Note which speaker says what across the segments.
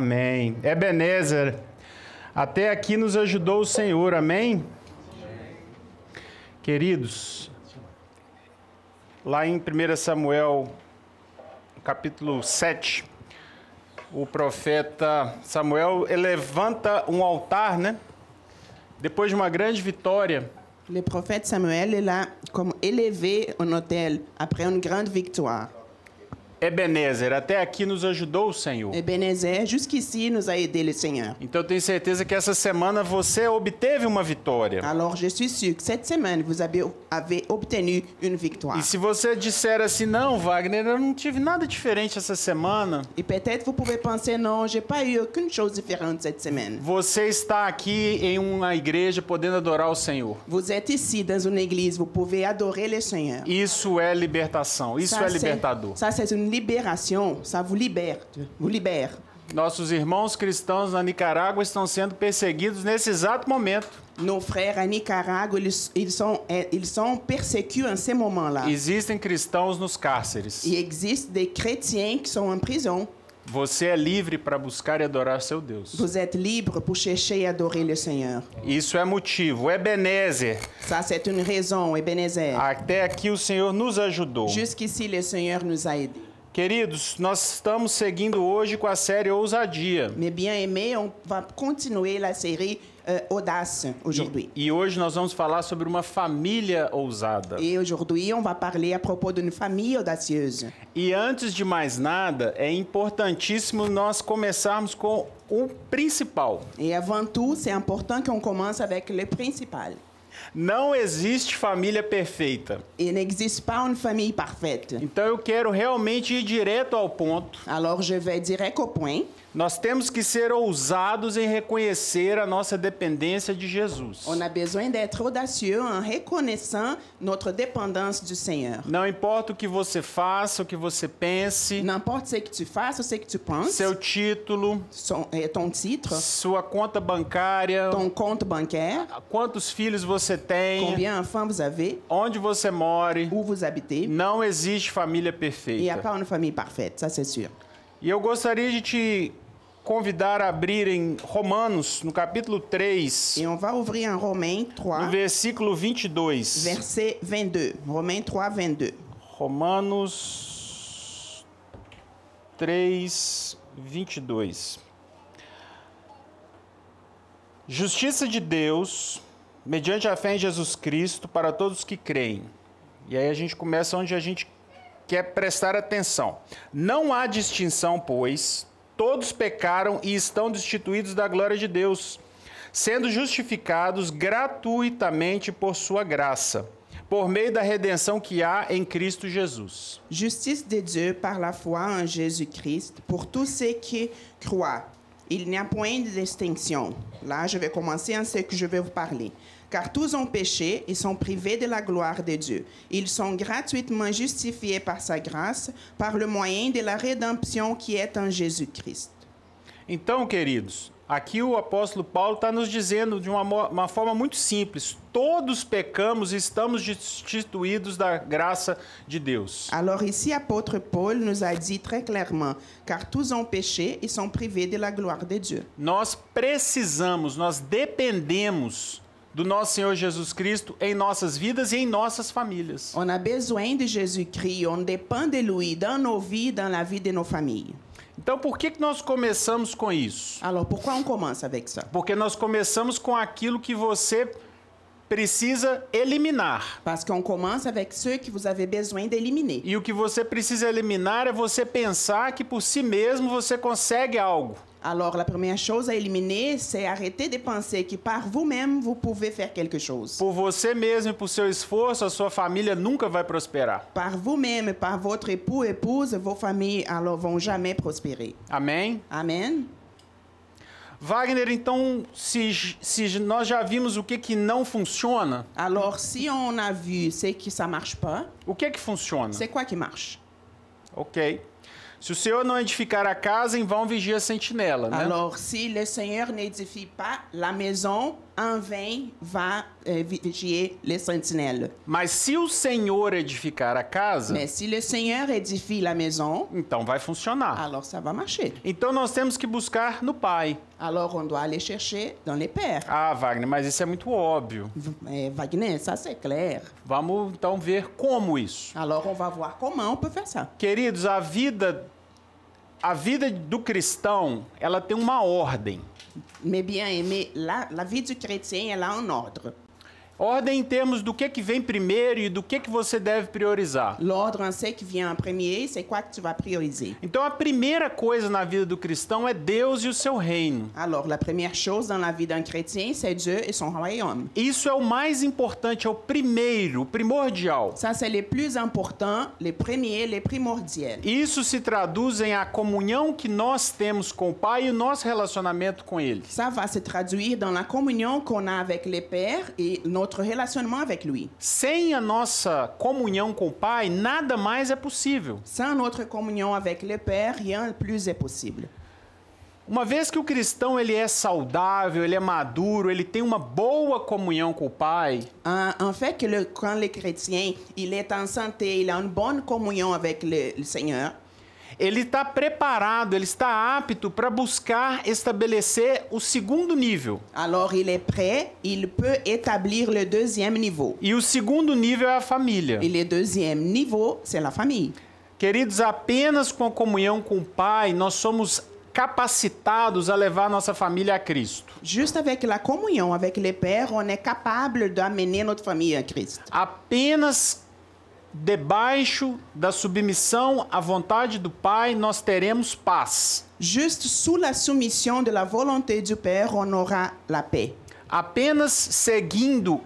Speaker 1: Amém. Ebenezer, até aqui nos ajudou o Senhor, amém? Queridos, lá em 1 Samuel, capítulo 7, o profeta Samuel levanta um altar, né? Depois de uma grande vitória,
Speaker 2: Le prophète Samuel est là comme élevé en hôtel après une grande victoire.
Speaker 1: Ebenezer, até aqui nos ajudou o Senhor.
Speaker 2: Ebenezer, jusqu'ici, nous a aidé le Seigneur.
Speaker 1: Então eu tenho certeza que essa semana você obteve uma vitória.
Speaker 2: Alors, je suis sûr que cette semaine, vous avez, avez obtenu une victoire.
Speaker 1: E se você disser assim, não, Wagner, eu não tive nada diferente essa semana,
Speaker 2: Et peut-être vous pouvez penser, non, j'ai pas eu aucune chose différente cette semaine.
Speaker 1: você está aqui em uma igreja podendo adorar o Senhor.
Speaker 2: Vous êtes ici dans une église, vous pouvez adorer le Seigneur.
Speaker 1: Isso é libertação, isso é libertador.
Speaker 2: ça, c'est une libération, ça vous libère, vous libère.
Speaker 1: Nossos irmãos cristãos na Nicarágua estão sendo perseguidos nesse exato momento.
Speaker 2: Nos frères à Nicaragua, ils, ils sont, ils sont persécutés en ce
Speaker 1: Ah.
Speaker 2: moment-là.
Speaker 1: Existem cristãos nos cárceres.
Speaker 2: Il existe des chrétiens qui sont en prison.
Speaker 1: Você é livre para buscar e adorar seu Deus.
Speaker 2: Vous êtes libre pour chercher et adorer le Seigneur.
Speaker 1: Isso é motivo. Ebenezer,
Speaker 2: Ça, c'est une raison, Ebenezer.
Speaker 1: até aqui o Senhor nos ajudou.
Speaker 2: Jusqu'ici, le Seigneur nous a aidés.
Speaker 1: Queridos, nós estamos seguindo hoje com a série Ousadia.
Speaker 2: Mais bien aimé, on va continuer la série euh, Audace aujourd'hui.
Speaker 1: E, e hoje nós vamos falar sobre uma família ousada.
Speaker 2: Et aujourd'hui, on va parler à propos d'une famille audacieuse.
Speaker 1: E antes de mais nada, é importantíssimo nós começarmos com o principal.
Speaker 2: Et avant tout, c'est important qu'on commence avec le principal.
Speaker 1: Não existe família perfeita.
Speaker 2: Il n'existe pas une famille parfaite.
Speaker 1: Então eu quero realmente ir direto ao ponto.
Speaker 2: Alors, je vais direct au point.
Speaker 1: Nós temos que ser ousados em reconhecer a nossa dependência de Jesus.
Speaker 2: On a besoin d'être audacieux en reconnaissant notre dépendance du Seigneur.
Speaker 1: Não importa o que você faça, o que você pense,
Speaker 2: N'importe ce que tu fasses ou ce que tu penses,
Speaker 1: seu título,
Speaker 2: son- euh, ton titre,
Speaker 1: sua conta bancária,
Speaker 2: ton compte bancaire,
Speaker 1: quantos filhos você tem,
Speaker 2: combien d'enfants vous avez,
Speaker 1: onde você more.
Speaker 2: où vous habitez.
Speaker 1: Não existe família
Speaker 2: Il n'y a
Speaker 1: perfeita.
Speaker 2: pas une famille parfaite, ça c'est sûr.
Speaker 1: E eu gostaria de te convidar a abrir em Romanos, no capítulo 3,
Speaker 2: Et on va ouvrir en Romains
Speaker 1: no
Speaker 2: 3,
Speaker 1: versículo 22.
Speaker 2: verset 22. Romains 3, 22.
Speaker 1: Romanos 3, 22. Justiça de Deus, mediante a fé em Jesus Cristo, para todos que creem. E aí a gente começa onde a gente quer prestar atenção. Não há distinção, pois todos pecaram e estão destituídos da glória de Deus, sendo justificados gratuitamente por sua graça, por meio da redenção que há em Cristo Jesus.
Speaker 2: Justice de Dieu par la foi en Jésus-Christ pour tous ceux qui croient. Il n'y a point de distinction. Là, je vais commencer en ce que je vais vous parler. Car tous ont péché et sont privés de la gloire de Dieu. Ils sont gratuitement justifiés par sa grâce, par le moyen de la rédemption qui est en Jésus-Christ.
Speaker 1: Então, queridos, aqui o apóstolo Paulo está nos dizendo de uma, mo- uma forma muito simples: todos pecamos e estamos destituídos da graça de Deus.
Speaker 2: Alors ici, apôtre Paul nous a dit très clairement, car tous ont péché et sont privés de la gloire de Dieu.
Speaker 1: Nós precisamos, nós dependemos do nosso Senhor Jesus Cristo em nossas vidas e em nossas famílias.
Speaker 2: On a besoin de Jésus-Christ, on dépend de lui dans nos vies, dans la vie de nos familles.
Speaker 1: Então, por que, que nós começamos com isso?
Speaker 2: Alors pourquoi on commence avec ça?
Speaker 1: Porque nós começamos com aquilo que você precisa eliminar.
Speaker 2: Parce qu'on commence avec ceux que vous avez besoin d'éliminer.
Speaker 1: E o que você precisa eliminar é você pensar que por si mesmo você consegue algo.
Speaker 2: Alors la première chose à éliminer, c'est arrêter de penser que par vous-même, vous pouvez faire quelque chose.
Speaker 1: Por você mesmo e por seu esforço, a sua família nunca vai prosperar.
Speaker 2: Par vous-même, par votre époux, épouse, vos familles alors vont jamais prospérer.
Speaker 1: Amém?
Speaker 2: Amen.
Speaker 1: Wagner, então, se, j- se j- nós já vimos o que, que não funciona,
Speaker 2: Alors si on a vu c'est que ça marche pas,
Speaker 1: o que é que funciona?
Speaker 2: c'est quoi qui marche?
Speaker 1: Ok. Se o Senhor não edificar a casa, em vão vigia a sentinela, né?
Speaker 2: Alors si le Seigneur n'édifie pas la maison, en vain va euh, vigier les sentinelles.
Speaker 1: Mas se o Senhor edificar a casa,
Speaker 2: Mais si le Seigneur édifie la maison,
Speaker 1: então vai funcionar.
Speaker 2: alors ça va marcher.
Speaker 1: Então nós temos que buscar no Pai.
Speaker 2: Alors on doit aller chercher dans les pères.
Speaker 1: Ah, Wagner, mas isso é muito óbvio.
Speaker 2: V- eh, Wagner, ça c'est clair.
Speaker 1: Vamos então ver como isso.
Speaker 2: Alors on va voir comment on peut faire ça.
Speaker 1: Queridos, a vida a vida do cristão, ela tem uma ordem.
Speaker 2: Mais bien aimé, la, la vie du chrétien, elle a un ordre.
Speaker 1: Ordem em termos do que que vem primeiro e do que que você deve priorizar.
Speaker 2: L'ordre, on sait qui vient en premier, c'est quoi que tu vas prioriser.
Speaker 1: Então a primeira coisa na vida do cristão é Deus e o seu reino.
Speaker 2: Alors, la première chose dans la vie d'un chrétien, c'est Dieu et son royaume.
Speaker 1: Isso é o mais importante, é o primeiro, o primordial.
Speaker 2: Ça, c'est les plus importants, les premiers, les primordiels.
Speaker 1: Isso se traduz em a comunhão que nós temos com o Pai e o nosso relacionamento com Ele.
Speaker 2: Ça va se traduire dans la communion qu'on a avec les pères et notre relationnement avec lui.
Speaker 1: Sem a nossa comunhão com o Pai, nada mais é possível.
Speaker 2: Sans notre communion avec les pères, rien de plus est possible.
Speaker 1: Uma vez que o cristão ele é saudável, ele é maduro, ele tem uma boa comunhão com o Pai,
Speaker 2: En, en fait, que le- quand le chrétien il est en santé, il a une bonne communion avec le, le Seigneur,
Speaker 1: ele está preparado, ele está apto para buscar estabelecer o segundo nível.
Speaker 2: alors il est prêt, il peut établir le deuxième niveau.
Speaker 1: E o segundo nível é a família.
Speaker 2: Et le deuxième niveau, c'est la famille.
Speaker 1: Queridos, apenas com a comunhão com o Pai nós somos capacitados a levar nossa família a Cristo.
Speaker 2: Juste avec la communion avec les pères, on est capable d'amener notre famille à Christ.
Speaker 1: Apenas debaixo da submissão à vontade do Pai nós teremos paz.
Speaker 2: Juste sous la soumission de la volonté du Père, on aura la paix.
Speaker 1: Apenas seguindo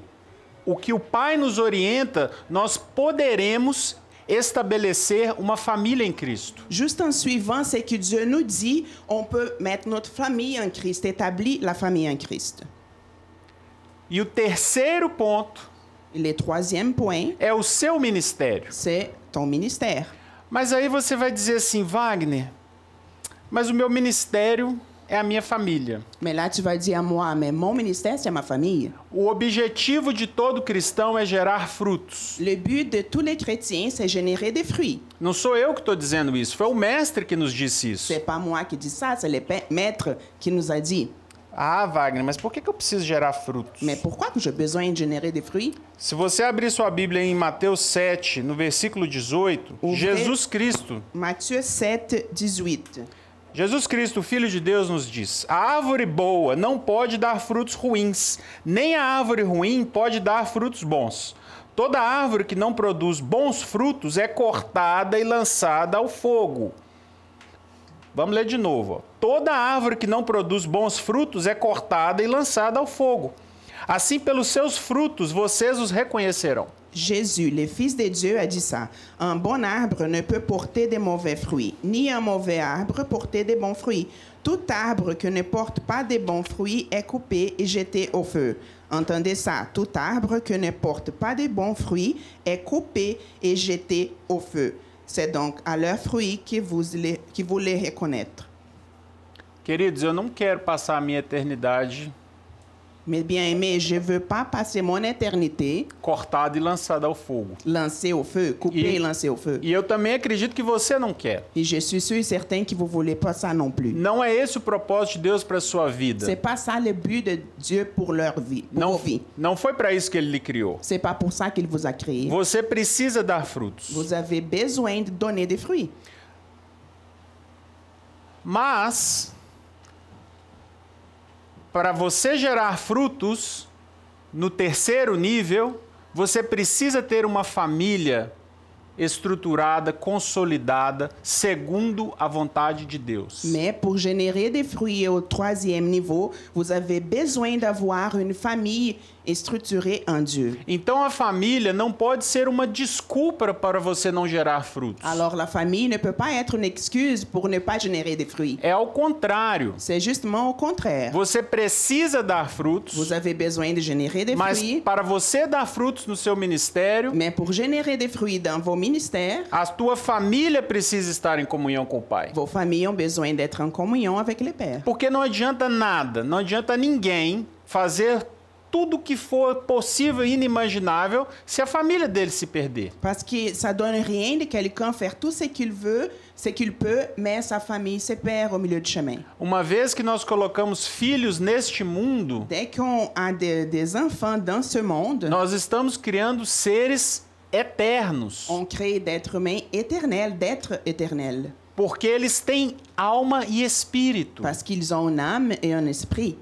Speaker 1: o que o Pai nos orienta, nós poderemos estabelecer uma família em Cristo.
Speaker 2: Juste en suivant ce que Dieu nous dit, on peut mettre notre famille en Christ, établir la famille en Christ.
Speaker 1: E o terceiro ponto
Speaker 2: Et Le troisième point,
Speaker 1: é o seu ministério.
Speaker 2: c'est ton ministère.
Speaker 1: Mas aí você vai dizer assim, Wagner, mas o meu ministério é a minha família.
Speaker 2: Mais là, tu vas dire à moi, mais mon ministère, c'est ma famille.
Speaker 1: O objetivo de todo cristão é gerar frutos.
Speaker 2: Le but de tous les chrétiens, c'est générer des fruits.
Speaker 1: Não sou eu que estou dizendo isso, foi o mestre que nos disse isso.
Speaker 2: C'est pas moi qui dis ça, c'est le pa- maître qui nous a dit.
Speaker 1: Ah, Wagner, mas por que que eu preciso gerar frutos?
Speaker 2: Mais pourquoi que j'ai besoin de générer des fruits?
Speaker 1: Se você abrir sua Bíblia em Mateus 7, no versículo 18,
Speaker 2: O
Speaker 1: Jesus Cristo,
Speaker 2: Matthieu 7, 18.
Speaker 1: Jesus Cristo, Filho de Deus, nos diz: A árvore boa não pode dar frutos ruins, nem a árvore ruim pode dar frutos bons. Toda árvore que não produz bons frutos é cortada e lançada ao fogo. Vamos ler de novo. ó. Toda árvore que não produz bons frutos é cortada e lançada ao fogo. Assim, pelos seus frutos, vocês os reconhecerão.
Speaker 2: Jésus, le Fils de Dieu, a dit ça. Un bon arbre ne peut porter de mauvais fruits, ni un mauvais arbre porter de bons fruits. Tout arbre qui ne porte pas de bons fruits est coupé et jeté au feu. Entendez ça, tout arbre qui ne porte pas de bons fruits est coupé et jeté au feu. C'est donc à leurs fruits que vous les, que vous les reconnaître.
Speaker 1: Queridos, eu não quero passar a minha eternidade
Speaker 2: Mais bien aimé, je ne veux pas passer mon éternité
Speaker 1: cortada e lançada ao fogo.
Speaker 2: lancé au feu, coupé
Speaker 1: Et-
Speaker 2: et lancé au feu.
Speaker 1: E eu também acredito que você não quer.
Speaker 2: Et je suis sûr et certain que vous voulez pas ça non plus.
Speaker 1: Não é esse o propósito de Deus para sua
Speaker 2: C'est
Speaker 1: vida.
Speaker 2: pas ça le but de Dieu pour leur vie, pour vos
Speaker 1: Não,
Speaker 2: vies.
Speaker 1: não foi para isso que ele lhe criou.
Speaker 2: C'est pas pour ça qu'il vous a créé.
Speaker 1: Você precisa dar frutos.
Speaker 2: Vous avez besoin de donner des fruits.
Speaker 1: Mas para você gerar frutos no terceiro nível, você precisa ter uma família estruturada, consolidada, segundo a vontade de Deus.
Speaker 2: Mais pour générer des fruits au troisième niveau, vous avez besoin d'avoir une famille structurée en Dieu.
Speaker 1: Então a família não pode ser uma desculpa para você não gerar frutos.
Speaker 2: Alors la famille ne peut pas être une excuse pour ne pas générer des fruits.
Speaker 1: É ao contrário.
Speaker 2: C'est justement au contraire.
Speaker 1: Você precisa dar
Speaker 2: Vous
Speaker 1: frutos,
Speaker 2: avez besoin de générer des
Speaker 1: mas
Speaker 2: fruits,
Speaker 1: para você dar frutos no seu ministério,
Speaker 2: mais pour générer des fruits dans vos ministères,
Speaker 1: a tua família precisa estar em comunhão com o Pai.
Speaker 2: Vos familles ont besoin d'être en communion avec les pères.
Speaker 1: Porque não adianta nada, não adianta ninguém fazer tudo que for possível e inimaginável se a família dele se perder.
Speaker 2: Parce que ça donne rien de quelqu'un faire tout ce qu'il veut, ce qu'il peut, mais sa famille se perd au milieu du chemin.
Speaker 1: Uma vez que nós colocamos filhos neste mundo,
Speaker 2: Dès qu'on a des, des enfants dans ce monde,
Speaker 1: nós estamos criando seres eternos,
Speaker 2: on crée d'êtres humains éternels, d'êtres éternels,
Speaker 1: porque eles têm alma e espírito.
Speaker 2: parce qu'ils ont une âme et un esprit.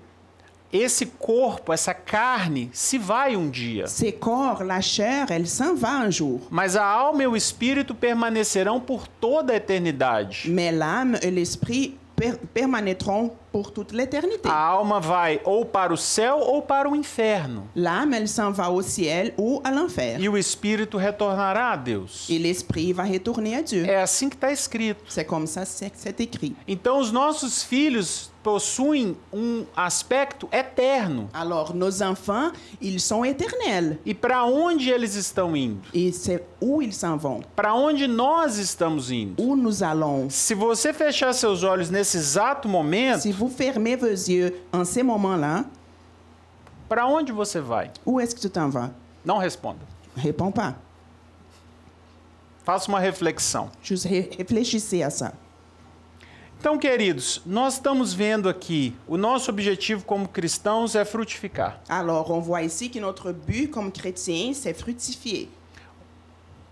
Speaker 1: Esse corpo, essa carne, se vai um dia.
Speaker 2: Ces corps, la chair, elle s'en va un jour,
Speaker 1: Mas a alma e o espírito permanecerão por toda a eternidade.
Speaker 2: mais l'âme et l'esprit per- permanetront pour toute l'éternité.
Speaker 1: A alma vai ou para o céu ou para o inferno.
Speaker 2: L'âme, elle s'en va au ciel ou à l'enfer,
Speaker 1: E o espírito retornará a Deus.
Speaker 2: et l'esprit va retourner à Dieu.
Speaker 1: É assim que está escrito.
Speaker 2: C'est comme ça c'est c'est écrit.
Speaker 1: Então, os nossos filhos possuem um aspecto eterno.
Speaker 2: Alors, nos enfants, ils sont éternels.
Speaker 1: E para onde eles estão indo?
Speaker 2: Et c'est où ils s'en vont,
Speaker 1: Para onde nós estamos indo?
Speaker 2: où nous allons.
Speaker 1: Se você fechar seus olhos nesse exato momento,
Speaker 2: Si vous fermez vos yeux en ces moments-là,
Speaker 1: para onde você vai?
Speaker 2: où est-ce que tu t'en vas?
Speaker 1: Não responda.
Speaker 2: Réponds pas.
Speaker 1: Faça uma reflexão.
Speaker 2: Juste ré- réfléchissez à ça.
Speaker 1: Então, queridos, nós estamos vendo aqui, o nosso objetivo como cristãos é frutificar.
Speaker 2: Alors, on voit ici que notre but comme chrétien, c'est fructifier.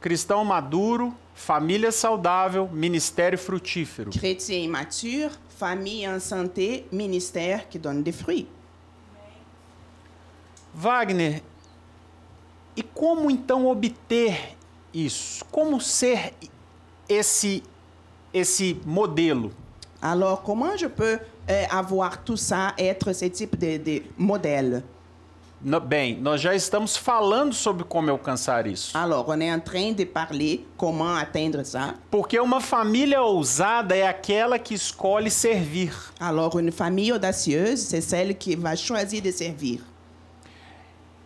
Speaker 1: Cristão maduro, família saudável, ministério frutífero.
Speaker 2: Chrétien mature, famille en santé, ministère qui donne des fruits.
Speaker 1: Wagner, e como então obter isso? Como ser esse esse modelo?
Speaker 2: Alors, comment je peux euh, avoir tout ça, être ce type de, de modèle?
Speaker 1: No- bem, nós já estamos falando sobre como alcançar isso.
Speaker 2: Alors, on est en train de parler comment atteindre ça.
Speaker 1: Porque uma família ousada é aquela que escolhe servir.
Speaker 2: Alors, une famille audacieuse, c'est celle qui va choisir de servir.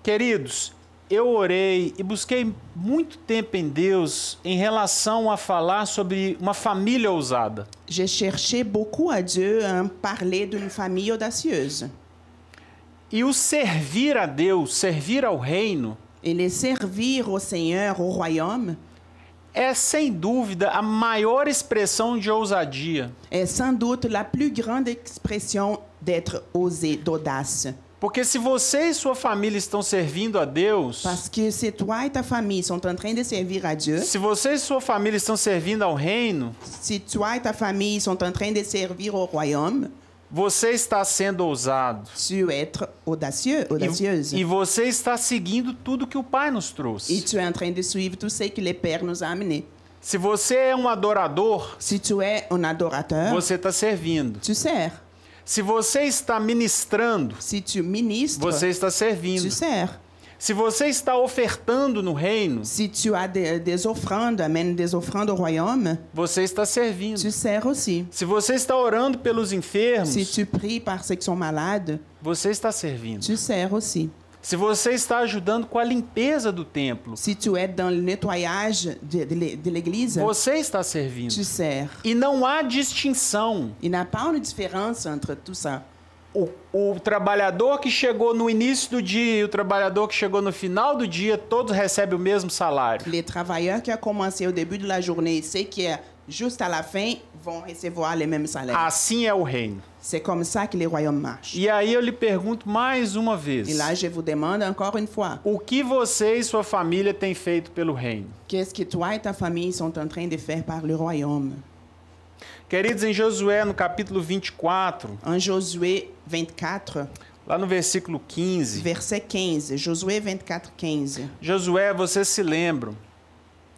Speaker 1: Queridos, eu orei e busquei muito tempo em Deus em relação a falar sobre uma família ousada.
Speaker 2: J'ai cherché beaucoup à Dieu à parler d'une famille audacieuse.
Speaker 1: E o servir a Deus, servir ao reino,
Speaker 2: Et les servir au Seigneur, au royaume,
Speaker 1: é sem dúvida a maior expressão de ousadia,
Speaker 2: est sans doute la plus grande expression d'être osé, d'audace.
Speaker 1: porque se você e sua família estão servindo a Deus,
Speaker 2: Parce que si toi et ta famille sont en train de servir à Dieu,
Speaker 1: se você e sua família estão servindo ao reino,
Speaker 2: si toi et ta famille sont en train de servir au royaume,
Speaker 1: você está sendo ousado.
Speaker 2: tu es être audacieux, audacieuse.
Speaker 1: E, e você está seguindo tudo que o Pai nos
Speaker 2: Et
Speaker 1: trouxe.
Speaker 2: tu es en train de suivre tout ce que le Père nous a amené.
Speaker 1: Se você é um adorador,
Speaker 2: Si tu es un adorateur,
Speaker 1: você está servindo.
Speaker 2: tu sers.
Speaker 1: Se você está ministrando,
Speaker 2: Si tu ministres,
Speaker 1: você está
Speaker 2: tu
Speaker 1: servindo.
Speaker 2: sers.
Speaker 1: Se você está ofertando no reino,
Speaker 2: Si tu as des, des offrandes, amène des offrandes au royaume,
Speaker 1: você está servindo.
Speaker 2: tu sers aussi.
Speaker 1: Se você está orando pelos
Speaker 2: Si
Speaker 1: enfermos,
Speaker 2: tu pries parce qu'ils sont malades,
Speaker 1: você está servindo.
Speaker 2: tu sers aussi.
Speaker 1: Se você está ajudando com a limpeza do templo,
Speaker 2: Si tu es dans le nettoyage de, de l'é- de l'église,
Speaker 1: você está
Speaker 2: tu
Speaker 1: servindo.
Speaker 2: sers.
Speaker 1: E não há distinção.
Speaker 2: Il n'y a pas une différence entre tout ça.
Speaker 1: O, o trabalhador que chegou no início do dia e o trabalhador que chegou no final do dia, todos recebem o mesmo salário.
Speaker 2: Les travailleurs qui ont commencé au début de la journée et ceux qui, euh, juste à la fin, vont recevoir les mêmes salaires.
Speaker 1: Assim é o reino.
Speaker 2: C'est comme ça que les royaumes marchent.
Speaker 1: E aí eu lhe pergunto mais uma vez:
Speaker 2: Et là, je vous demande encore une fois,
Speaker 1: o que você e sua família têm feito pelo reino?
Speaker 2: qu'est-ce que toi et ta famille sont en train de faire par le royaume?
Speaker 1: Queridos, em Josué, no capítulo 24,
Speaker 2: En Josué 24,
Speaker 1: lá no versículo 15,
Speaker 2: verset 15. Josué 24, 15.
Speaker 1: Josué, vocês se lembram?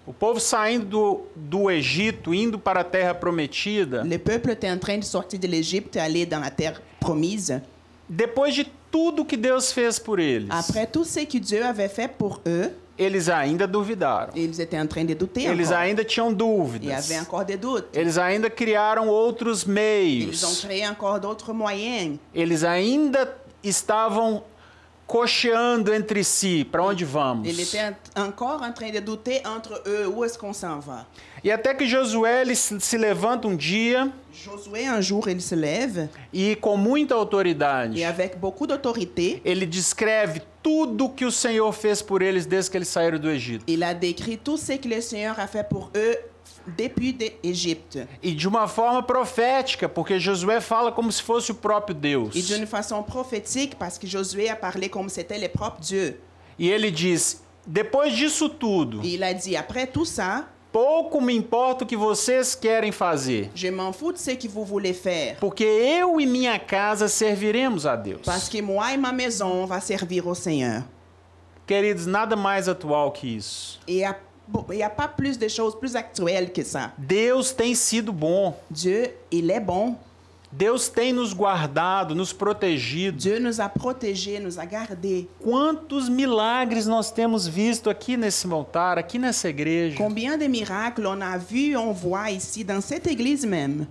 Speaker 1: O povo saindo do, do Egito, indo para a terra prometida,
Speaker 2: Le peuple était en train de sortir de l'Égypte et aller dans la terre promise.
Speaker 1: depois de tudo que Deus fez por eles,
Speaker 2: Après tout ce que Dieu avait fait pour eux,
Speaker 1: eles ainda duvidaram.
Speaker 2: ils étaient en train de douter
Speaker 1: Eles
Speaker 2: encore.
Speaker 1: ainda tinham
Speaker 2: Il y
Speaker 1: dúvidas.
Speaker 2: avait encore des doutes.
Speaker 1: Eles ainda criaram outros
Speaker 2: Ils ont
Speaker 1: meios.
Speaker 2: créé encore d'autres moyens.
Speaker 1: Eles ainda estavam cocheando entre si para onde vamos.
Speaker 2: Ele était en- encore en train de douter entre eux où est-ce qu'on s'en va.
Speaker 1: E até que Josué ele se se levanta um dia
Speaker 2: Josué, un jour, il se lève
Speaker 1: e com muita autoridade
Speaker 2: et avec beaucoup d'autorité,
Speaker 1: ele descreve tudo que o Senhor fez por eles desde que eles saíram do Egito.
Speaker 2: il a décrit tout ce que le Seigneur a fait pour eux depuis l'Égypte.
Speaker 1: E de uma forma profética, porque Josué fala como se fosse o próprio Deus.
Speaker 2: Et d'une façon prophétique, parce que Josué a parlé comme c'était les propres dieux.
Speaker 1: E ele diz: depois disso tudo,
Speaker 2: Et il a dit, après tout ça,
Speaker 1: pouco me importa o que vocês querem fazer,
Speaker 2: je m'en fous de ce que vous voulez faire.
Speaker 1: porque eu e minha casa serviremos a Deus.
Speaker 2: Parce que moi et ma maison, on va servir au Seigneur.
Speaker 1: Queridos, nada mais atual que isso.
Speaker 2: Et il n'y a, pas plus de choses plus actuelles que ça.
Speaker 1: Deus tem sido bom.
Speaker 2: Dieu, il est bon.
Speaker 1: Deus tem nos guardado, nos protegido.
Speaker 2: Dieu nous a protégés, nous a gardés.
Speaker 1: Quantos milagres nós temos visto aqui nesse altar, aqui nessa igreja.
Speaker 2: Combien de miracles on a vu, on voit ici, dans cette église même.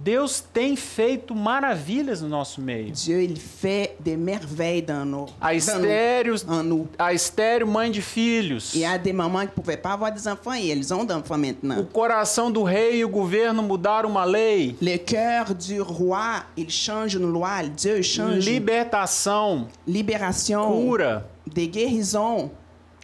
Speaker 1: Deus tem feito maravilhas no nosso meio.
Speaker 2: Dieu, il fait des merveilles dans nos
Speaker 1: A
Speaker 2: dans
Speaker 1: estéreo,
Speaker 2: nous- en nous.
Speaker 1: a estéreo mãe de filhos.
Speaker 2: Il y a des mamans qui ne pouvaient pas avoir des enfants et elles ont d'enfants maintenant.
Speaker 1: O coração do rei e o governo mudaram uma lei.
Speaker 2: Le cœur du roi, il change une loi. Dieu change.
Speaker 1: Libertação,
Speaker 2: Libération.
Speaker 1: cura,
Speaker 2: Des guérisons.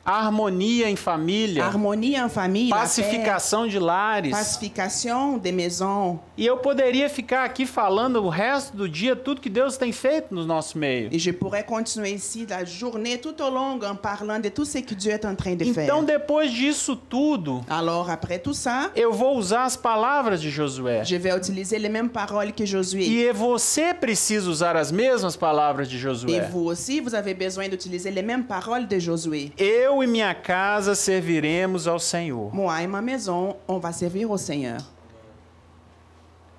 Speaker 1: harmonia em família,
Speaker 2: Harmonie en famille. la paix,
Speaker 1: pacificação de lares.
Speaker 2: Pacification des maisons.
Speaker 1: E eu poderia ficar aqui falando o resto do dia tudo que Deus tem feito no nosso meio.
Speaker 2: Et je pourrais continuer ici la journée tout au long en parlant de tout ce que Dieu est en train de faire.
Speaker 1: Então, depois disso tudo,
Speaker 2: Alors, après tout ça,
Speaker 1: eu vou usar as palavras de Josué.
Speaker 2: je vais utiliser les mêmes paroles que Josué.
Speaker 1: E você precisa usar as mesmas palavras de
Speaker 2: Et
Speaker 1: Josué.
Speaker 2: vous aussi, vous avez besoin d'utiliser les mêmes paroles de Josué.
Speaker 1: Eu e minha casa serviremos ao Senhor.
Speaker 2: Moi et ma maison, on va servir au Seigneur.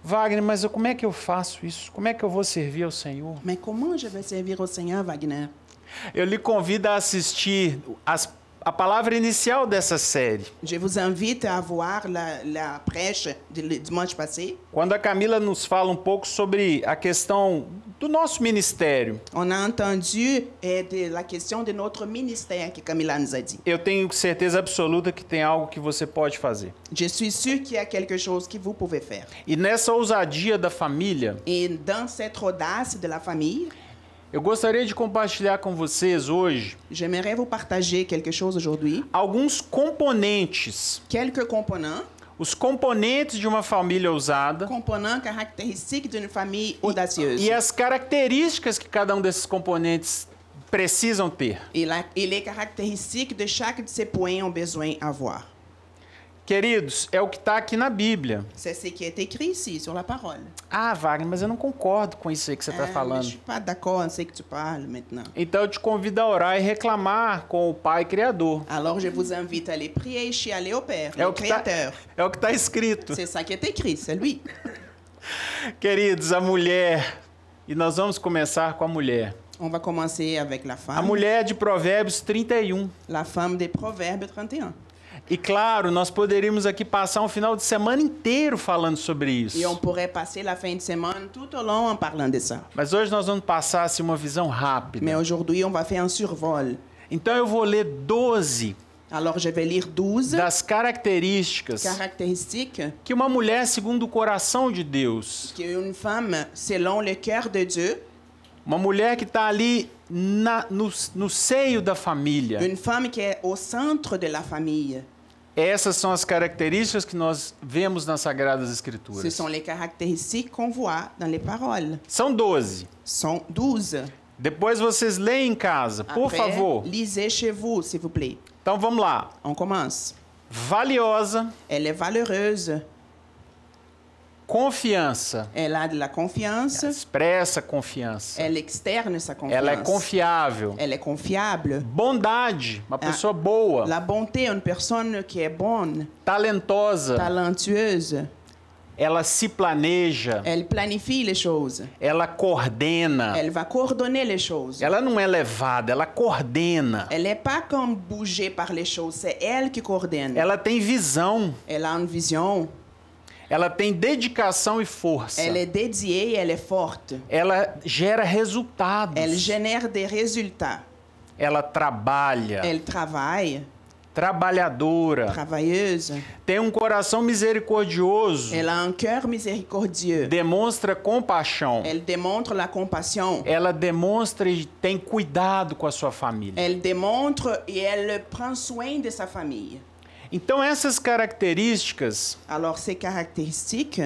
Speaker 1: Wagner, mas eu- como é que eu faço isso? Como é que eu vou servir ao Senhor?
Speaker 2: Mais comment je vais servir au Seigneur, Wagner?
Speaker 1: Eu lhe convido a assistir as- a palavra inicial dessa série.
Speaker 2: Je vous invite à voir la, la prêche du le dimanche passé.
Speaker 1: Quando a Camila nos fala um pouco sobre a questão do nosso ministério,
Speaker 2: On a entendu eh, de la question de notre ministère que Camila nous a dit.
Speaker 1: eu tenho certeza absoluta que tem algo que você pode fazer.
Speaker 2: Je suis sûre qu'il y a quelque chose que vous pouvez faire.
Speaker 1: E nessa ousadia da família,
Speaker 2: Et dans cette audace de la famille,
Speaker 1: eu gostaria de compartilhar com vocês hoje
Speaker 2: j'aimerais vous partager quelque chose aujourd'hui.
Speaker 1: alguns componentes.
Speaker 2: Quelques components,
Speaker 1: Os componentes de uma família ousada
Speaker 2: components caractéristiques d'une famille audacieuse.
Speaker 1: e as características que cada um desses componentes precisam ter.
Speaker 2: Et, la- et les caractéristiques de chaque de ces points ont besoin à voir.
Speaker 1: Queridos, é o que está aqui na Bíblia.
Speaker 2: C'est ce qui est écrit ici sur la parole.
Speaker 1: Ah, Wagner, mas eu não concordo com isso aí que você está
Speaker 2: Ah, mais Je
Speaker 1: falando.
Speaker 2: suis pas d'accord, on sait que tu parles maintenant.
Speaker 1: Então eu te convido a orar e reclamar com o Pai Criador.
Speaker 2: Alors je vous invite à aller prier chez aller au Père,
Speaker 1: É
Speaker 2: le
Speaker 1: o que está
Speaker 2: Créateur.
Speaker 1: é o que tá escrito.
Speaker 2: C'est ça qui est écrit, c'est lui.
Speaker 1: Queridos, a mulher. E nós vamos começar com a mulher.
Speaker 2: On va commencer avec la
Speaker 1: A
Speaker 2: femme,
Speaker 1: mulher de Provérbios 31.
Speaker 2: la femme des Proverbes 31.
Speaker 1: E claro, nós poderíamos aqui passar um final de semana inteiro falando sobre
Speaker 2: Et on
Speaker 1: isso.
Speaker 2: pourrait passer la fin de semaine tout au long en parlant de ça.
Speaker 1: Mas hoje nós vamos passar assim, uma visão
Speaker 2: Mais
Speaker 1: rápida.
Speaker 2: aujourd'hui, on va faire un survol.
Speaker 1: Então eu vou ler 12
Speaker 2: Alors je vais lire 12
Speaker 1: das características
Speaker 2: caractéristiques
Speaker 1: que uma mulher segundo o coração de Deus,
Speaker 2: qu'une femme, selon le cœur de Dieu,
Speaker 1: uma mulher que está ali na- no, no seio da família.
Speaker 2: une femme qui est au centre de la famille.
Speaker 1: Essas são as características que nós vemos nas Sagradas
Speaker 2: Ce
Speaker 1: Escrituras.
Speaker 2: sont les caractéristiques qu'on voit dans les paroles.
Speaker 1: São 12.
Speaker 2: Sont 12.
Speaker 1: Depois vocês leem em casa, por
Speaker 2: Après,
Speaker 1: favor.
Speaker 2: Lisez chez vous, s'il vous plaît.
Speaker 1: Então vamos lá.
Speaker 2: On commence.
Speaker 1: Valiosa,
Speaker 2: Elle est valeureuse.
Speaker 1: confiança.
Speaker 2: Elle a de la confiance.
Speaker 1: Expressa confiança.
Speaker 2: Elle externe sa confiance.
Speaker 1: Ela é confiável.
Speaker 2: Elle est confiable.
Speaker 1: Bondade, uma pessoa boa,
Speaker 2: La bonté, une personne qui est bonne,
Speaker 1: talentosa.
Speaker 2: talentueuse.
Speaker 1: Ela se planeja,
Speaker 2: Elle planifie les choses.
Speaker 1: ela coordena.
Speaker 2: Elle va coordonner les choses.
Speaker 1: Ela não é levada, ela coordena.
Speaker 2: Elle n'est pas comme bougée par les choses. C'est elle qui coordonne.
Speaker 1: Ela tem visão.
Speaker 2: Elle a une vision.
Speaker 1: Ela tem dedicação e força.
Speaker 2: Elle est dédiée et elle est forte.
Speaker 1: Ela gera resultados.
Speaker 2: Elle génère des résultats.
Speaker 1: Ela trabalha.
Speaker 2: Elle travaille,
Speaker 1: Trabalhadora.
Speaker 2: travailleuse.
Speaker 1: Tem um coração misericordioso.
Speaker 2: Elle a un cœur miséricordieux.
Speaker 1: Demonstra compaixão.
Speaker 2: Elle démontre la compassion.
Speaker 1: Ela demonstra e tem cuidado com a sua família.
Speaker 2: Elle démontre et elle prend soin de sa famille.
Speaker 1: Então, essas características,
Speaker 2: Alors, ces caractéristiques,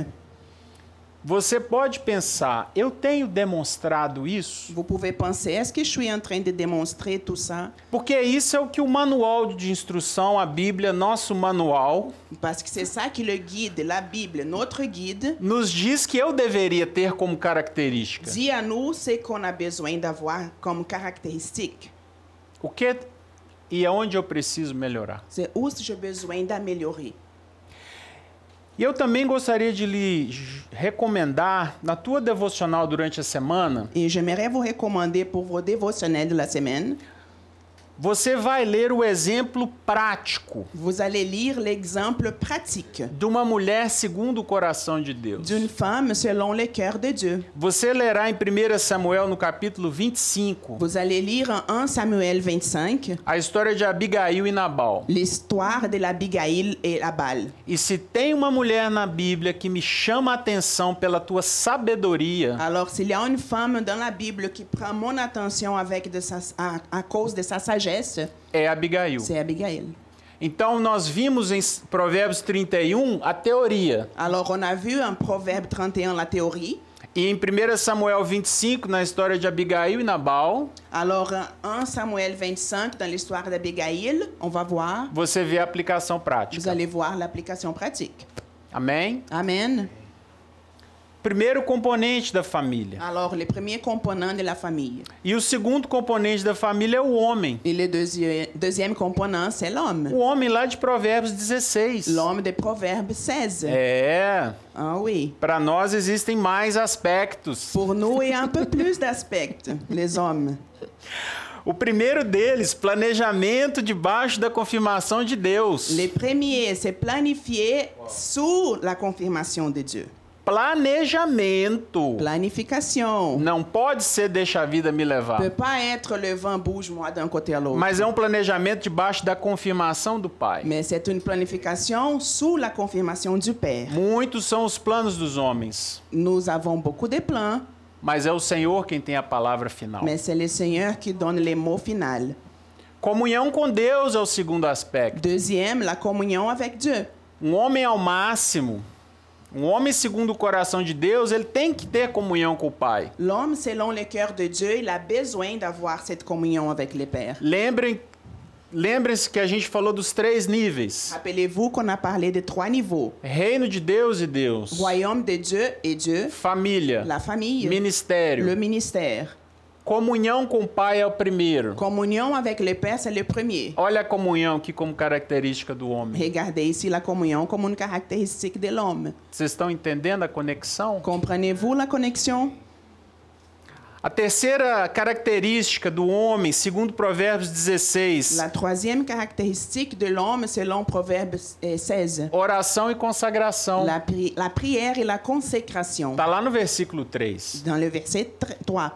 Speaker 1: você pode pensar: eu tenho demonstrado isso?
Speaker 2: vous pouvez penser, est-ce que je suis en train de démontrer tout ça?
Speaker 1: Porque isso é o que o manual de instrução, a Bíblia, nosso manual,
Speaker 2: Parce que c'est ça qui le guide, la Bible, notre guide,
Speaker 1: nos diz que eu deveria ter como característica.
Speaker 2: dit à nous ce qu'on a besoin d'avoir comme caractéristique.
Speaker 1: O que e aonde eu preciso melhorar.
Speaker 2: C'est où j'ai besoin d'améliorer.
Speaker 1: E eu também gostaria de lhe j- recomendar, na tua devocional durante a semana,
Speaker 2: Et j'aimerais vous recommander pour vos dévotionnels de la semaine,
Speaker 1: você vai ler o exemplo prático
Speaker 2: vous allez lire l'exemple pratique
Speaker 1: de uma mulher segundo o coração de Deus.
Speaker 2: d'une femme selon le cœur de Dieu.
Speaker 1: Você lerá em 1 Samuel, no capítulo 25,
Speaker 2: Vous allez lire en 1 Samuel 25
Speaker 1: a história de Abigail e Nabal.
Speaker 2: l'histoire de l'Abigail et la balle.
Speaker 1: E se tem uma mulher na Bíblia que me chama a atenção pela tua sabedoria,
Speaker 2: Alors, s'il y a une femme dans la Bible qui prend mon attention avec de sa, à, à cause de sa sagesse,
Speaker 1: é Abigail.
Speaker 2: c'est Abigail.
Speaker 1: Então nós vimos em Provérbios 31 a teoria.
Speaker 2: Alors, on a vu en Proverbe 31 la théorie.
Speaker 1: E em 1 Samuel 25, na história de Abigail e Nabal,
Speaker 2: Alors, en 1 Samuel 25, dans l'histoire d'Abigail, on va voir,
Speaker 1: você vê a aplicação
Speaker 2: vous
Speaker 1: prática.
Speaker 2: allez voir l'application pratique.
Speaker 1: Amém?
Speaker 2: Amen.
Speaker 1: Primeiro componente da família.
Speaker 2: Alors, les premiers composants de la famille.
Speaker 1: E o segundo componente da família é o homem.
Speaker 2: Et le deuxi- deuxième component, c'est
Speaker 1: O
Speaker 2: l'homme.
Speaker 1: homem lá de Provérbios 16.
Speaker 2: L'homme des Proverbes 16.
Speaker 1: Eh. É,
Speaker 2: Ah oui.
Speaker 1: para nós existem mais aspectos.
Speaker 2: Pour nous, il y a un peu plus d'aspects, les hommes.
Speaker 1: O primeiro deles, planejamento debaixo da confirmação de Deus.
Speaker 2: Les premiers, c'est planifier sous la confirmation de Dieu.
Speaker 1: Planejamento.
Speaker 2: Planification.
Speaker 1: Não pode ser deixa a vida me levar.
Speaker 2: peut pas être le vent bouge-moi d'un côté à l'autre.
Speaker 1: Mas é um planejamento debaixo da confirmação do Pai.
Speaker 2: Mais c'est une planification sous la confirmation du Père.
Speaker 1: Muitos são os planos dos homens,
Speaker 2: Nous avons beaucoup de plans,
Speaker 1: mas é o Senhor quem tem a palavra final.
Speaker 2: mais c'est le Seigneur qui donne les mots finaux.
Speaker 1: Comunhão com Deus é o segundo aspecto.
Speaker 2: Deuxième, la communion avec Dieu.
Speaker 1: Um homem ao máximo, um homem segundo o coração de Deus, ele tem que ter comunhão com o Pai.
Speaker 2: L'homme, selon le cœur de Dieu, il a besoin d'avoir cette communion avec le Père.
Speaker 1: Lembrem, lembrem-se que a gente falou dos três níveis:
Speaker 2: Rappelez-vous qu'on a parlé de trois niveaux.
Speaker 1: reino de Deus e Deus,
Speaker 2: Royaume de Dieu et Dieu,
Speaker 1: família,
Speaker 2: la famille, le
Speaker 1: ministério.
Speaker 2: ministère.
Speaker 1: Comunhão com o Pai é o primeiro.
Speaker 2: Communion avec le Père, c'est le premier.
Speaker 1: Olha a comunhão aqui como característica do homem.
Speaker 2: Regardez ici la communion comme une caractéristique de l'homme.
Speaker 1: Vocês estão entendendo a conexão?
Speaker 2: Comprenez-vous la connexion?
Speaker 1: A terceira característica do homem, segundo Provérbios 16,
Speaker 2: La troisième caractéristique de l'homme selon Proverbe euh, 16,
Speaker 1: oração e consagração.
Speaker 2: la, pri- la prière et la consécration,
Speaker 1: Está lá no versículo 3.
Speaker 2: dans le verset tr- 3.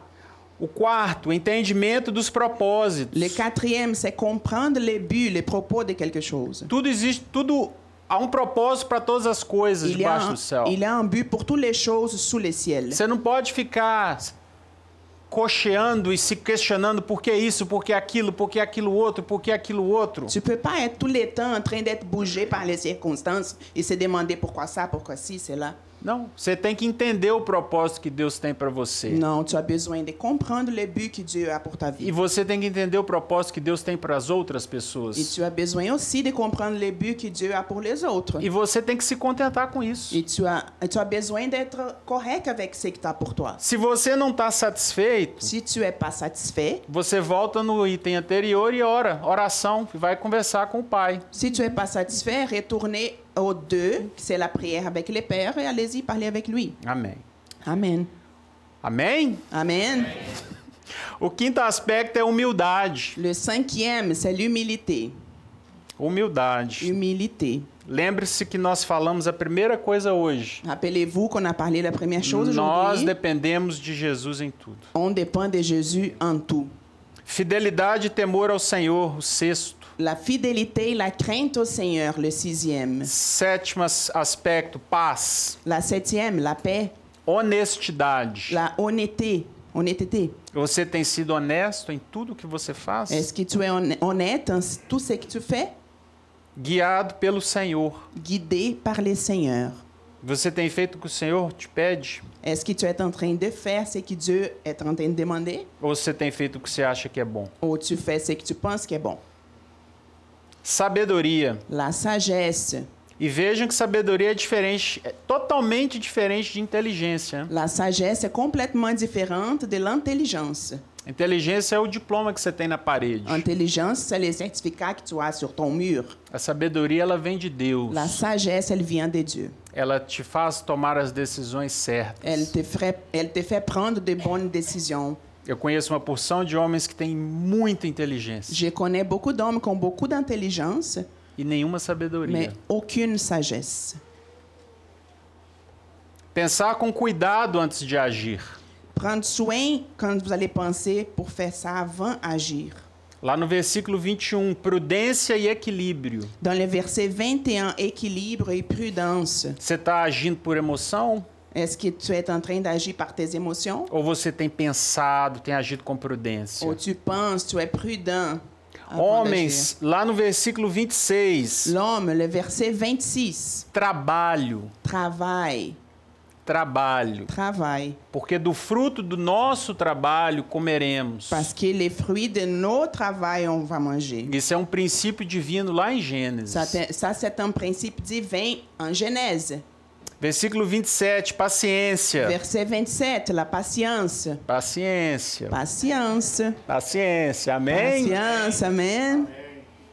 Speaker 1: O quarto, entendimento dos propósitos.
Speaker 2: Le quatrième, c'est comprendre les buts, les propos de quelque chose.
Speaker 1: Tudo existe, tudo há um propósito para todas as coisas
Speaker 2: Il y, a
Speaker 1: debaixo
Speaker 2: un,
Speaker 1: do céu.
Speaker 2: il y a un but pour toutes les choses sous le ciel.
Speaker 1: Você não pode ficar cocheando e se questionando por que isso, por que aquilo, por que aquilo outro, por que aquilo outro.
Speaker 2: Tu peux pas être tout le temps en train d'être bougé par les circonstances et se demander pourquoi ça, pourquoi ci, cela.
Speaker 1: Não, você tem que entender o propósito que Deus tem para você.
Speaker 2: Non, tu as besoin de comprendre le but que Dieu a pour ta
Speaker 1: E
Speaker 2: vie.
Speaker 1: você tem que entender o propósito que Deus tem para as outras
Speaker 2: Et
Speaker 1: pessoas.
Speaker 2: tu as besoin aussi de comprendre le but que Dieu a pour les autres.
Speaker 1: E você tem que se contentar com isso.
Speaker 2: Et tu as, tu as besoin d'être correct avec ce que tu as pour toi.
Speaker 1: Se você não está satisfeito,
Speaker 2: Si tu es pas satisfait,
Speaker 1: você volta no item anterior e ora, oração, e vai conversar com o Pai.
Speaker 2: si tu es pas satisfait, retournez aux deux, c'est la prière avec les pères, et allez-y parler avec lui.
Speaker 1: Amém.
Speaker 2: Amen.
Speaker 1: Amém?
Speaker 2: Amen.
Speaker 1: O quinto aspecto é humildade.
Speaker 2: Le cinquième, c'est l'humilité.
Speaker 1: Humildade.
Speaker 2: Humilité.
Speaker 1: Lembre-se que nós falamos a primeira coisa hoje.
Speaker 2: Rappelez-vous qu'on a parlé la première chose
Speaker 1: Nós
Speaker 2: aujourd'hui.
Speaker 1: dependemos de Jesus em tudo.
Speaker 2: On dépend de Jésus en tout.
Speaker 1: Fidelidade e temor ao Senhor, o sexto.
Speaker 2: La fidélité et la crainte au Seigneur, le sixième.
Speaker 1: Sétimo as- aspecto, paz.
Speaker 2: La septième, la paix,
Speaker 1: Honestidade.
Speaker 2: la honnêteté. honnêteté.
Speaker 1: Você tem sido honesto em tudo que você faz?
Speaker 2: Est-ce que tu es hon- honnête en s- tout ce que tu fais?
Speaker 1: Guiado pelo Senhor.
Speaker 2: Guidé par le Seigneur.
Speaker 1: Você tem feito o que o Senhor te pede?
Speaker 2: Est-ce que tu es en train de faire ce que Dieu est en train de demander?
Speaker 1: Ou você tem feito o que você acha que é bom?
Speaker 2: Ou tu fais ce que tu penses que est bon?
Speaker 1: Sabedoria.
Speaker 2: La sagesse.
Speaker 1: E vejam que sabedoria é diferente, é totalmente diferente de inteligência. né?
Speaker 2: La sagesse est complètement différente de l'intelligence.
Speaker 1: Inteligência é o diploma que você tem na parede.
Speaker 2: Intelligence, c'est les certificats que tu as sur ton mur.
Speaker 1: A sabedoria ela vem de Deus.
Speaker 2: La sagesse, elle vient de Dieu.
Speaker 1: Ela te faz tomar as decisões certas.
Speaker 2: Elle te, ferait- elle te fait prendre de bonnes décisions.
Speaker 1: Eu conheço uma porção de homens que têm muita inteligência
Speaker 2: Je connais beaucoup d'hommes qui ont beaucoup d'intelligence,
Speaker 1: e nenhuma
Speaker 2: mais
Speaker 1: sabedoria.
Speaker 2: aucune sagesse.
Speaker 1: Pensar com cuidado antes de agir.
Speaker 2: Prendre soin quand vous allez penser pour faire ça avant d'agir.
Speaker 1: Lá no versículo 21, prudência e equilíbrio.
Speaker 2: Dans le verset 21, équilibre et prudence,
Speaker 1: Você está agindo por emoção
Speaker 2: est-ce que tu es en train d'agir par tes émotions?
Speaker 1: ou você tem pensado, tem agido com prudência?
Speaker 2: Ou tu penses, tu es prudent? avant d'agir?
Speaker 1: Homens, lá no versículo 26,
Speaker 2: L'homme, le verset 26,
Speaker 1: trabalho,
Speaker 2: travaille,
Speaker 1: trabalho,
Speaker 2: travaille,
Speaker 1: porque do fruto do nosso trabalho comeremos.
Speaker 2: parce que les fruits de nos travail, on va manger.
Speaker 1: Isso é um princípio divino lá em Gênesis.
Speaker 2: Ça, te- ça, c'est un principe divin en Genèse.
Speaker 1: Versículo 27, paciência.
Speaker 2: Verset 27, la patience.
Speaker 1: Paciência.
Speaker 2: Patience.
Speaker 1: Paciência. Amém?
Speaker 2: Patience, amen.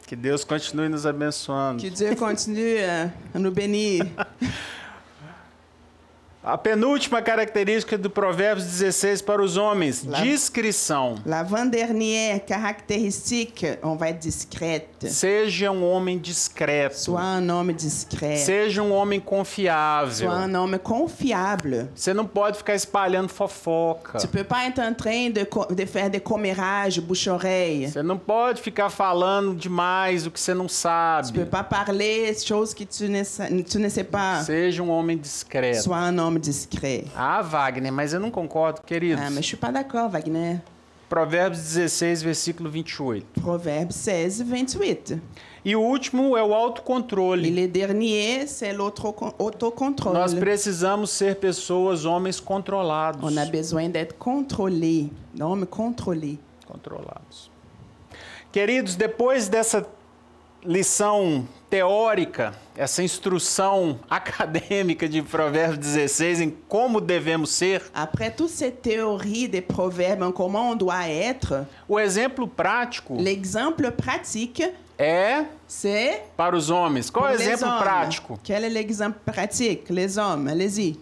Speaker 1: Que Deus continue nos abençoando.
Speaker 2: Que Dieu continue euh, à nous bénir.
Speaker 1: A penúltima característica do Provérbios 16 para os homens,
Speaker 2: Lá-
Speaker 1: discrição.
Speaker 2: L'avant-dernière caractéristique, on va être discrète.
Speaker 1: Seja um homem discreto.
Speaker 2: Sois un homme discret.
Speaker 1: Seja um homem confiável.
Speaker 2: Sois un homme confiable.
Speaker 1: Você não pode ficar espalhando fofoca.
Speaker 2: Tu peux pas être en train de, co- de faire des commérages, bouche-oreille.
Speaker 1: Você não pode ficar falando demais o que você não
Speaker 2: Tu peux
Speaker 1: sabe.
Speaker 2: pas parler des choses que tu ne, sa- tu ne sais pas.
Speaker 1: Seja um homem discreto.
Speaker 2: Sois un homme discret.
Speaker 1: Ah, Wagner, mas eu não concordo, queridos.
Speaker 2: Ah, mais je suis pas d'accord, Wagner.
Speaker 1: Provérbios 16, versículo 28.
Speaker 2: Proverbe 16, 28.
Speaker 1: E o último é o
Speaker 2: Et
Speaker 1: autocontrole.
Speaker 2: le dernier, c'est l'autro- autocontrôle.
Speaker 1: Nós precisamos ser pessoas, homens controlados.
Speaker 2: On a besoin d'être contrôlé, d'homme contrôlé.
Speaker 1: Controlados. Queridos, depois dessa lição teórica, essa instrução acadêmica de Provérbios 16 em como devemos ser,
Speaker 2: Après toute cette théorie des proverbes, en comment on doit être,
Speaker 1: o exemplo prático
Speaker 2: l'exemple pratique,
Speaker 1: é
Speaker 2: c'est...
Speaker 1: para os homens. Qual é o
Speaker 2: pour les
Speaker 1: exemplo
Speaker 2: hommes.
Speaker 1: prático?
Speaker 2: Quel est l'exemple pratique? Les hommes, allez-y.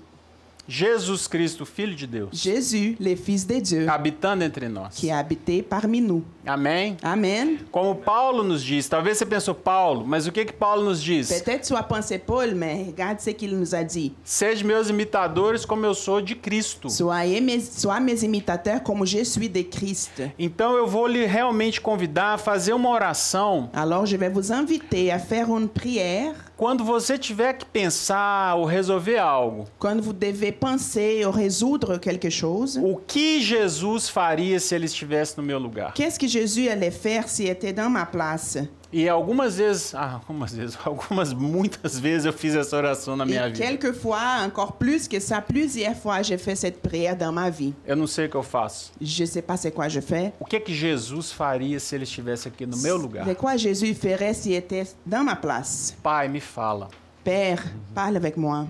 Speaker 1: Jesus Cristo, Filho de Deus,
Speaker 2: Jésus, le Fils de Dieu,
Speaker 1: Ah. habitando entre nós.
Speaker 2: qui a habité parmi nous.
Speaker 1: Amém?
Speaker 2: Amen.
Speaker 1: Como Paulo nos diz, talvez você pensou Paulo, mas o que que Paulo nos diz?
Speaker 2: Peut-être tu as pensé Paul, mais regarde ce qu'il nous a dit.
Speaker 1: Sejam meus imitadores como eu sou de Cristo.
Speaker 2: Soyez mes, sois mes imitateurs comme je suis de Christ.
Speaker 1: Então eu vou lhe realmente convidar a fazer uma oração.
Speaker 2: Alors je vais vous inviter à faire une prière
Speaker 1: Quando você tiver que pensar ou resolver algo,
Speaker 2: quand vous devez penser ou résoudre quelque chose.
Speaker 1: o que Jesus faria se ele estivesse no meu lugar?
Speaker 2: Qu'est-ce que Jésus allait faire s'il était dans ma place?
Speaker 1: E algumas vezes, ah, algumas vezes, algumas muitas vezes eu fiz essa oração na
Speaker 2: Et
Speaker 1: minha vida.
Speaker 2: quelquefois, encore plus que ça, plusieurs fois, j'ai fait cette prière dans ma vie.
Speaker 1: Eu não sei o que eu faço.
Speaker 2: Je sais pas c'est quoi je fais.
Speaker 1: O que é que Jesus faria se ele estivesse aqui no meu lugar?
Speaker 2: C'est quoi Jésus ferait s'il était dans ma place?
Speaker 1: Pai, me fala.
Speaker 2: Père, parle avec moi.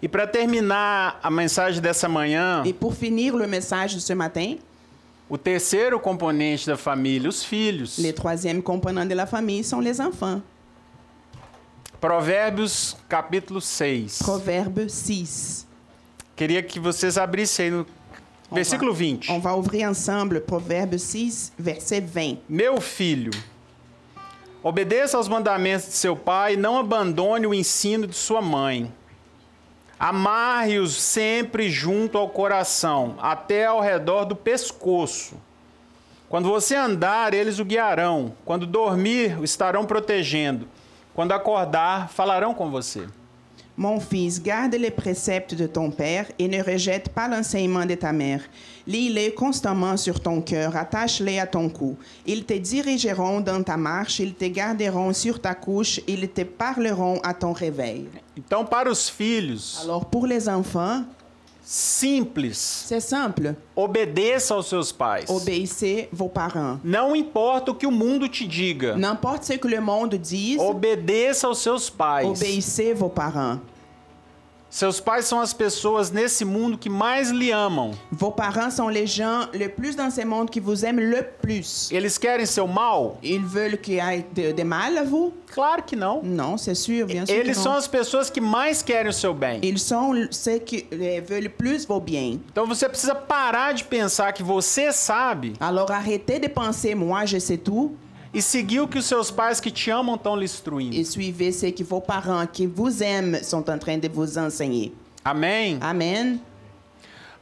Speaker 1: E para terminar a mensagem dessa manhã,
Speaker 2: Et pour finir le message de ce matin,
Speaker 1: o terceiro componente da família, os filhos.
Speaker 2: les troisièmes composants de la famille sont les enfants.
Speaker 1: Provérbios capítulo 6.
Speaker 2: Proverbe 6.
Speaker 1: Queria que vocês abrissem aí no versículo
Speaker 2: On
Speaker 1: 20.
Speaker 2: va ouvrir ensemble Proverbe 6, verset 20.
Speaker 1: Meu filho, Obedeça aos mandamentos de seu pai, não abandone o ensino de sua mãe. Amarre-os sempre junto ao coração, até ao redor do pescoço. Quando você andar, eles o guiarão. Quando dormir, o estarão protegendo. Quando acordar, falarão com você.
Speaker 2: Mon fils, garde les préceptes de ton père et ne rejette pas l'enseignement de ta mère. Lis-les constamment sur ton cœur, attache-les à ton cou. Ils te dirigeront dans ta marche, ils te garderont sur ta couche, ils te parleront à ton réveil.
Speaker 1: Então, para os filhos,
Speaker 2: Alors pour les enfants,
Speaker 1: simples,
Speaker 2: c'est simple.
Speaker 1: obedeça aos seus pais.
Speaker 2: Obéissez vos parents.
Speaker 1: Não importa o que o mundo te diga,
Speaker 2: N'importe ce que le monde dise,
Speaker 1: obedeça aos seus pais.
Speaker 2: obéissez vos parents.
Speaker 1: Seus pais são as pessoas nesse mundo que mais lhe amam.
Speaker 2: Vos parents sont les gens le plus dans ce monde qui vous aiment le plus.
Speaker 1: Eles querem seu mal?
Speaker 2: Ils veulent qu'il y ait de, de mal à vous?
Speaker 1: Claro que não.
Speaker 2: Non, c'est sûr, bien sûr. que
Speaker 1: Eles
Speaker 2: non.
Speaker 1: são as pessoas que mais querem o seu bem.
Speaker 2: Ils sont ceux qui euh, veulent plus vos biens.
Speaker 1: Então você precisa parar de pensar que você sabe
Speaker 2: Alors arrêtez de penser moi je sais tout
Speaker 1: e seguir o que os seus pais que te amam estão lhe instruindo.
Speaker 2: et suivez ce que vos parents qui vous aiment sont en train de vous enseigner.
Speaker 1: Amém?
Speaker 2: Amen.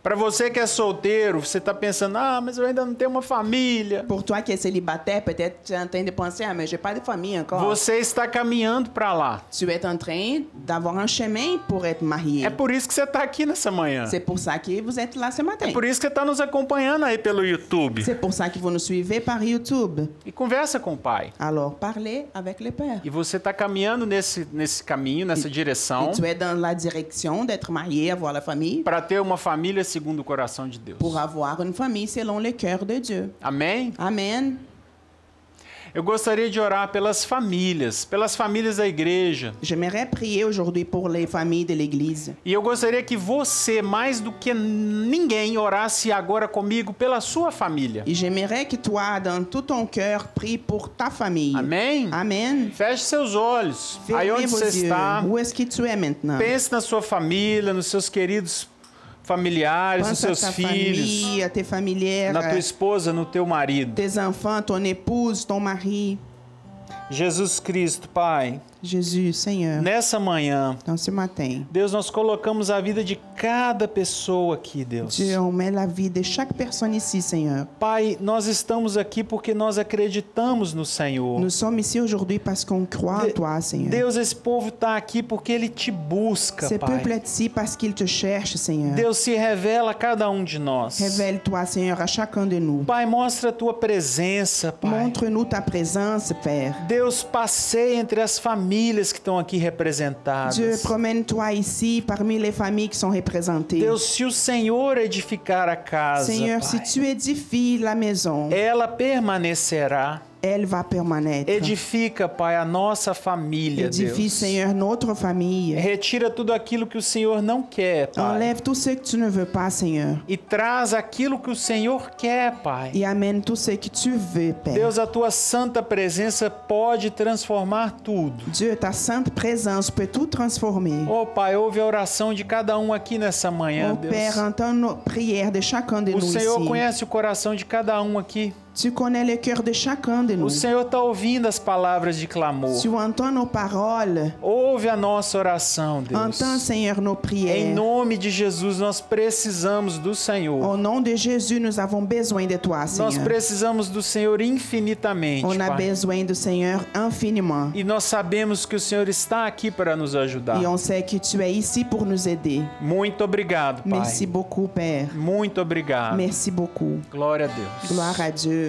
Speaker 1: Para você que é solteiro, você tá pensando: "Ah, mas eu ainda não tenho uma família".
Speaker 2: Pour toi qui es célibataire, peut-être tu es en train de penser ah mais j'ai pas de famille encore.
Speaker 1: Você está caminhando para lá.
Speaker 2: Tu es en train d'avoir un chemin pour être marié.
Speaker 1: É por isso que você tá aqui nessa manhã.
Speaker 2: C'est pour ça que vous êtes là ce matin.
Speaker 1: É por isso que você tá nos acompanhando aí pelo YouTube.
Speaker 2: C'est pour ça que vous nous suivez par YouTube.
Speaker 1: E conversa com o pai.
Speaker 2: Alors parlez avec le père.
Speaker 1: E você tá caminhando nesse nesse caminho, nessa direção
Speaker 2: Et tu es dans la direction d'être marié, avoir la famille,
Speaker 1: para ter uma família segundo o coração de Deus.
Speaker 2: pour avoir une famille selon le cœur de Dieu.
Speaker 1: Amém?
Speaker 2: Amen.
Speaker 1: Eu gostaria de orar pelas famílias, pelas famílias da igreja.
Speaker 2: J'aimerais prier aujourd'hui pour les familles de l'Église.
Speaker 1: E eu gostaria que você, mais do que ninguém, orasse agora comigo pela sua família.
Speaker 2: Et j'aimerais que toi, dans tout ton cœur, prie pour ta famille.
Speaker 1: Amém?
Speaker 2: Amen.
Speaker 1: Feche seus olhos. Aí
Speaker 2: Fermez
Speaker 1: onde
Speaker 2: vos
Speaker 1: você
Speaker 2: yeux.
Speaker 1: está,
Speaker 2: Où est-ce que tu es maintenant?
Speaker 1: pense na sua família, nos seus queridos familiares, nos
Speaker 2: Pense à
Speaker 1: seus
Speaker 2: ta
Speaker 1: filhos,
Speaker 2: famille, à tes familières,
Speaker 1: na tua
Speaker 2: à
Speaker 1: esposa, no teu marido.
Speaker 2: tes enfants, ton épouse, ton mari.
Speaker 1: Jesus Cristo, Pai,
Speaker 2: Jésus, Seigneur,
Speaker 1: nessa manhã,
Speaker 2: dans ce matin,
Speaker 1: Deus, nós colocamos a vida de cada pessoa aqui, Deus.
Speaker 2: Dieu, on met la vie de chaque personne ici, Seigneur.
Speaker 1: Pai, nós estamos aqui porque nós acreditamos no Senhor.
Speaker 2: Nous sommes ici aujourd'hui parce qu'on croit en
Speaker 1: De-
Speaker 2: toi, Seigneur.
Speaker 1: Deus, esse povo está aqui porque ele te busca,
Speaker 2: Ce peuple
Speaker 1: Pai.
Speaker 2: est ici parce qu'il te cherche, Seigneur.
Speaker 1: Deus se revela a cada um de nós.
Speaker 2: Révèle-toi, Seigneur, à chacun de nous.
Speaker 1: Pai, mostra a tua presença, Pai.
Speaker 2: Montre-nous ta présence, Père.
Speaker 1: Deus, passeia entre as famílias que estão aqui
Speaker 2: Dieu,
Speaker 1: representadas.
Speaker 2: promène-toi ici parmi les familles qui sont représentées.
Speaker 1: Deus, se o Senhor edificar a casa,
Speaker 2: Seigneur, si
Speaker 1: Pai,
Speaker 2: tu édifies la maison,
Speaker 1: ela permanecerá.
Speaker 2: elle va permanêtre.
Speaker 1: Edifica, Pai, a nossa família,
Speaker 2: Édifie,
Speaker 1: Deus.
Speaker 2: Seigneur, notre famille.
Speaker 1: Retira tudo aquilo que o Senhor não quer, Pai.
Speaker 2: Enlève tout ce que tu ne veux pas, Seigneur,
Speaker 1: E traz aquilo que o Senhor quer, Pai.
Speaker 2: et amène tout ce que tu veux, Père.
Speaker 1: Deus, a tua santa presença pode transformar tudo.
Speaker 2: Dieu, ta sainte présence peut tout transformer.
Speaker 1: Ô Pai, ouve a oração de cada um aqui nessa manhã,
Speaker 2: Oh Père,
Speaker 1: Deus.
Speaker 2: entends nos prières de chacun de
Speaker 1: O
Speaker 2: nous
Speaker 1: Senhor
Speaker 2: ici.
Speaker 1: conhece o coração de cada um aqui.
Speaker 2: Tu connais le cœur de chacun de
Speaker 1: O
Speaker 2: nous.
Speaker 1: Senhor está ouvindo as palavras de clamor.
Speaker 2: Tu entends nos paroles.
Speaker 1: Ouve a nossa oração, Deus.
Speaker 2: Entends, Seigneur, nos
Speaker 1: Em
Speaker 2: prières.
Speaker 1: nome de Jesus, nós precisamos do Senhor.
Speaker 2: Au nom de Jésus, nous avons besoin de toi,
Speaker 1: Nós
Speaker 2: Seigneur.
Speaker 1: precisamos do Senhor infinitamente,
Speaker 2: On a
Speaker 1: Pai.
Speaker 2: besoin do Seigneur infiniment.
Speaker 1: E nós sabemos que o Senhor está aqui para nos ajudar.
Speaker 2: Et on sait que tu es ici pour nous aider.
Speaker 1: Muito obrigado, Pai.
Speaker 2: Merci beaucoup, Père.
Speaker 1: Muito obrigado.
Speaker 2: Merci beaucoup.
Speaker 1: Glória a Deus.
Speaker 2: Gloire à Dieu.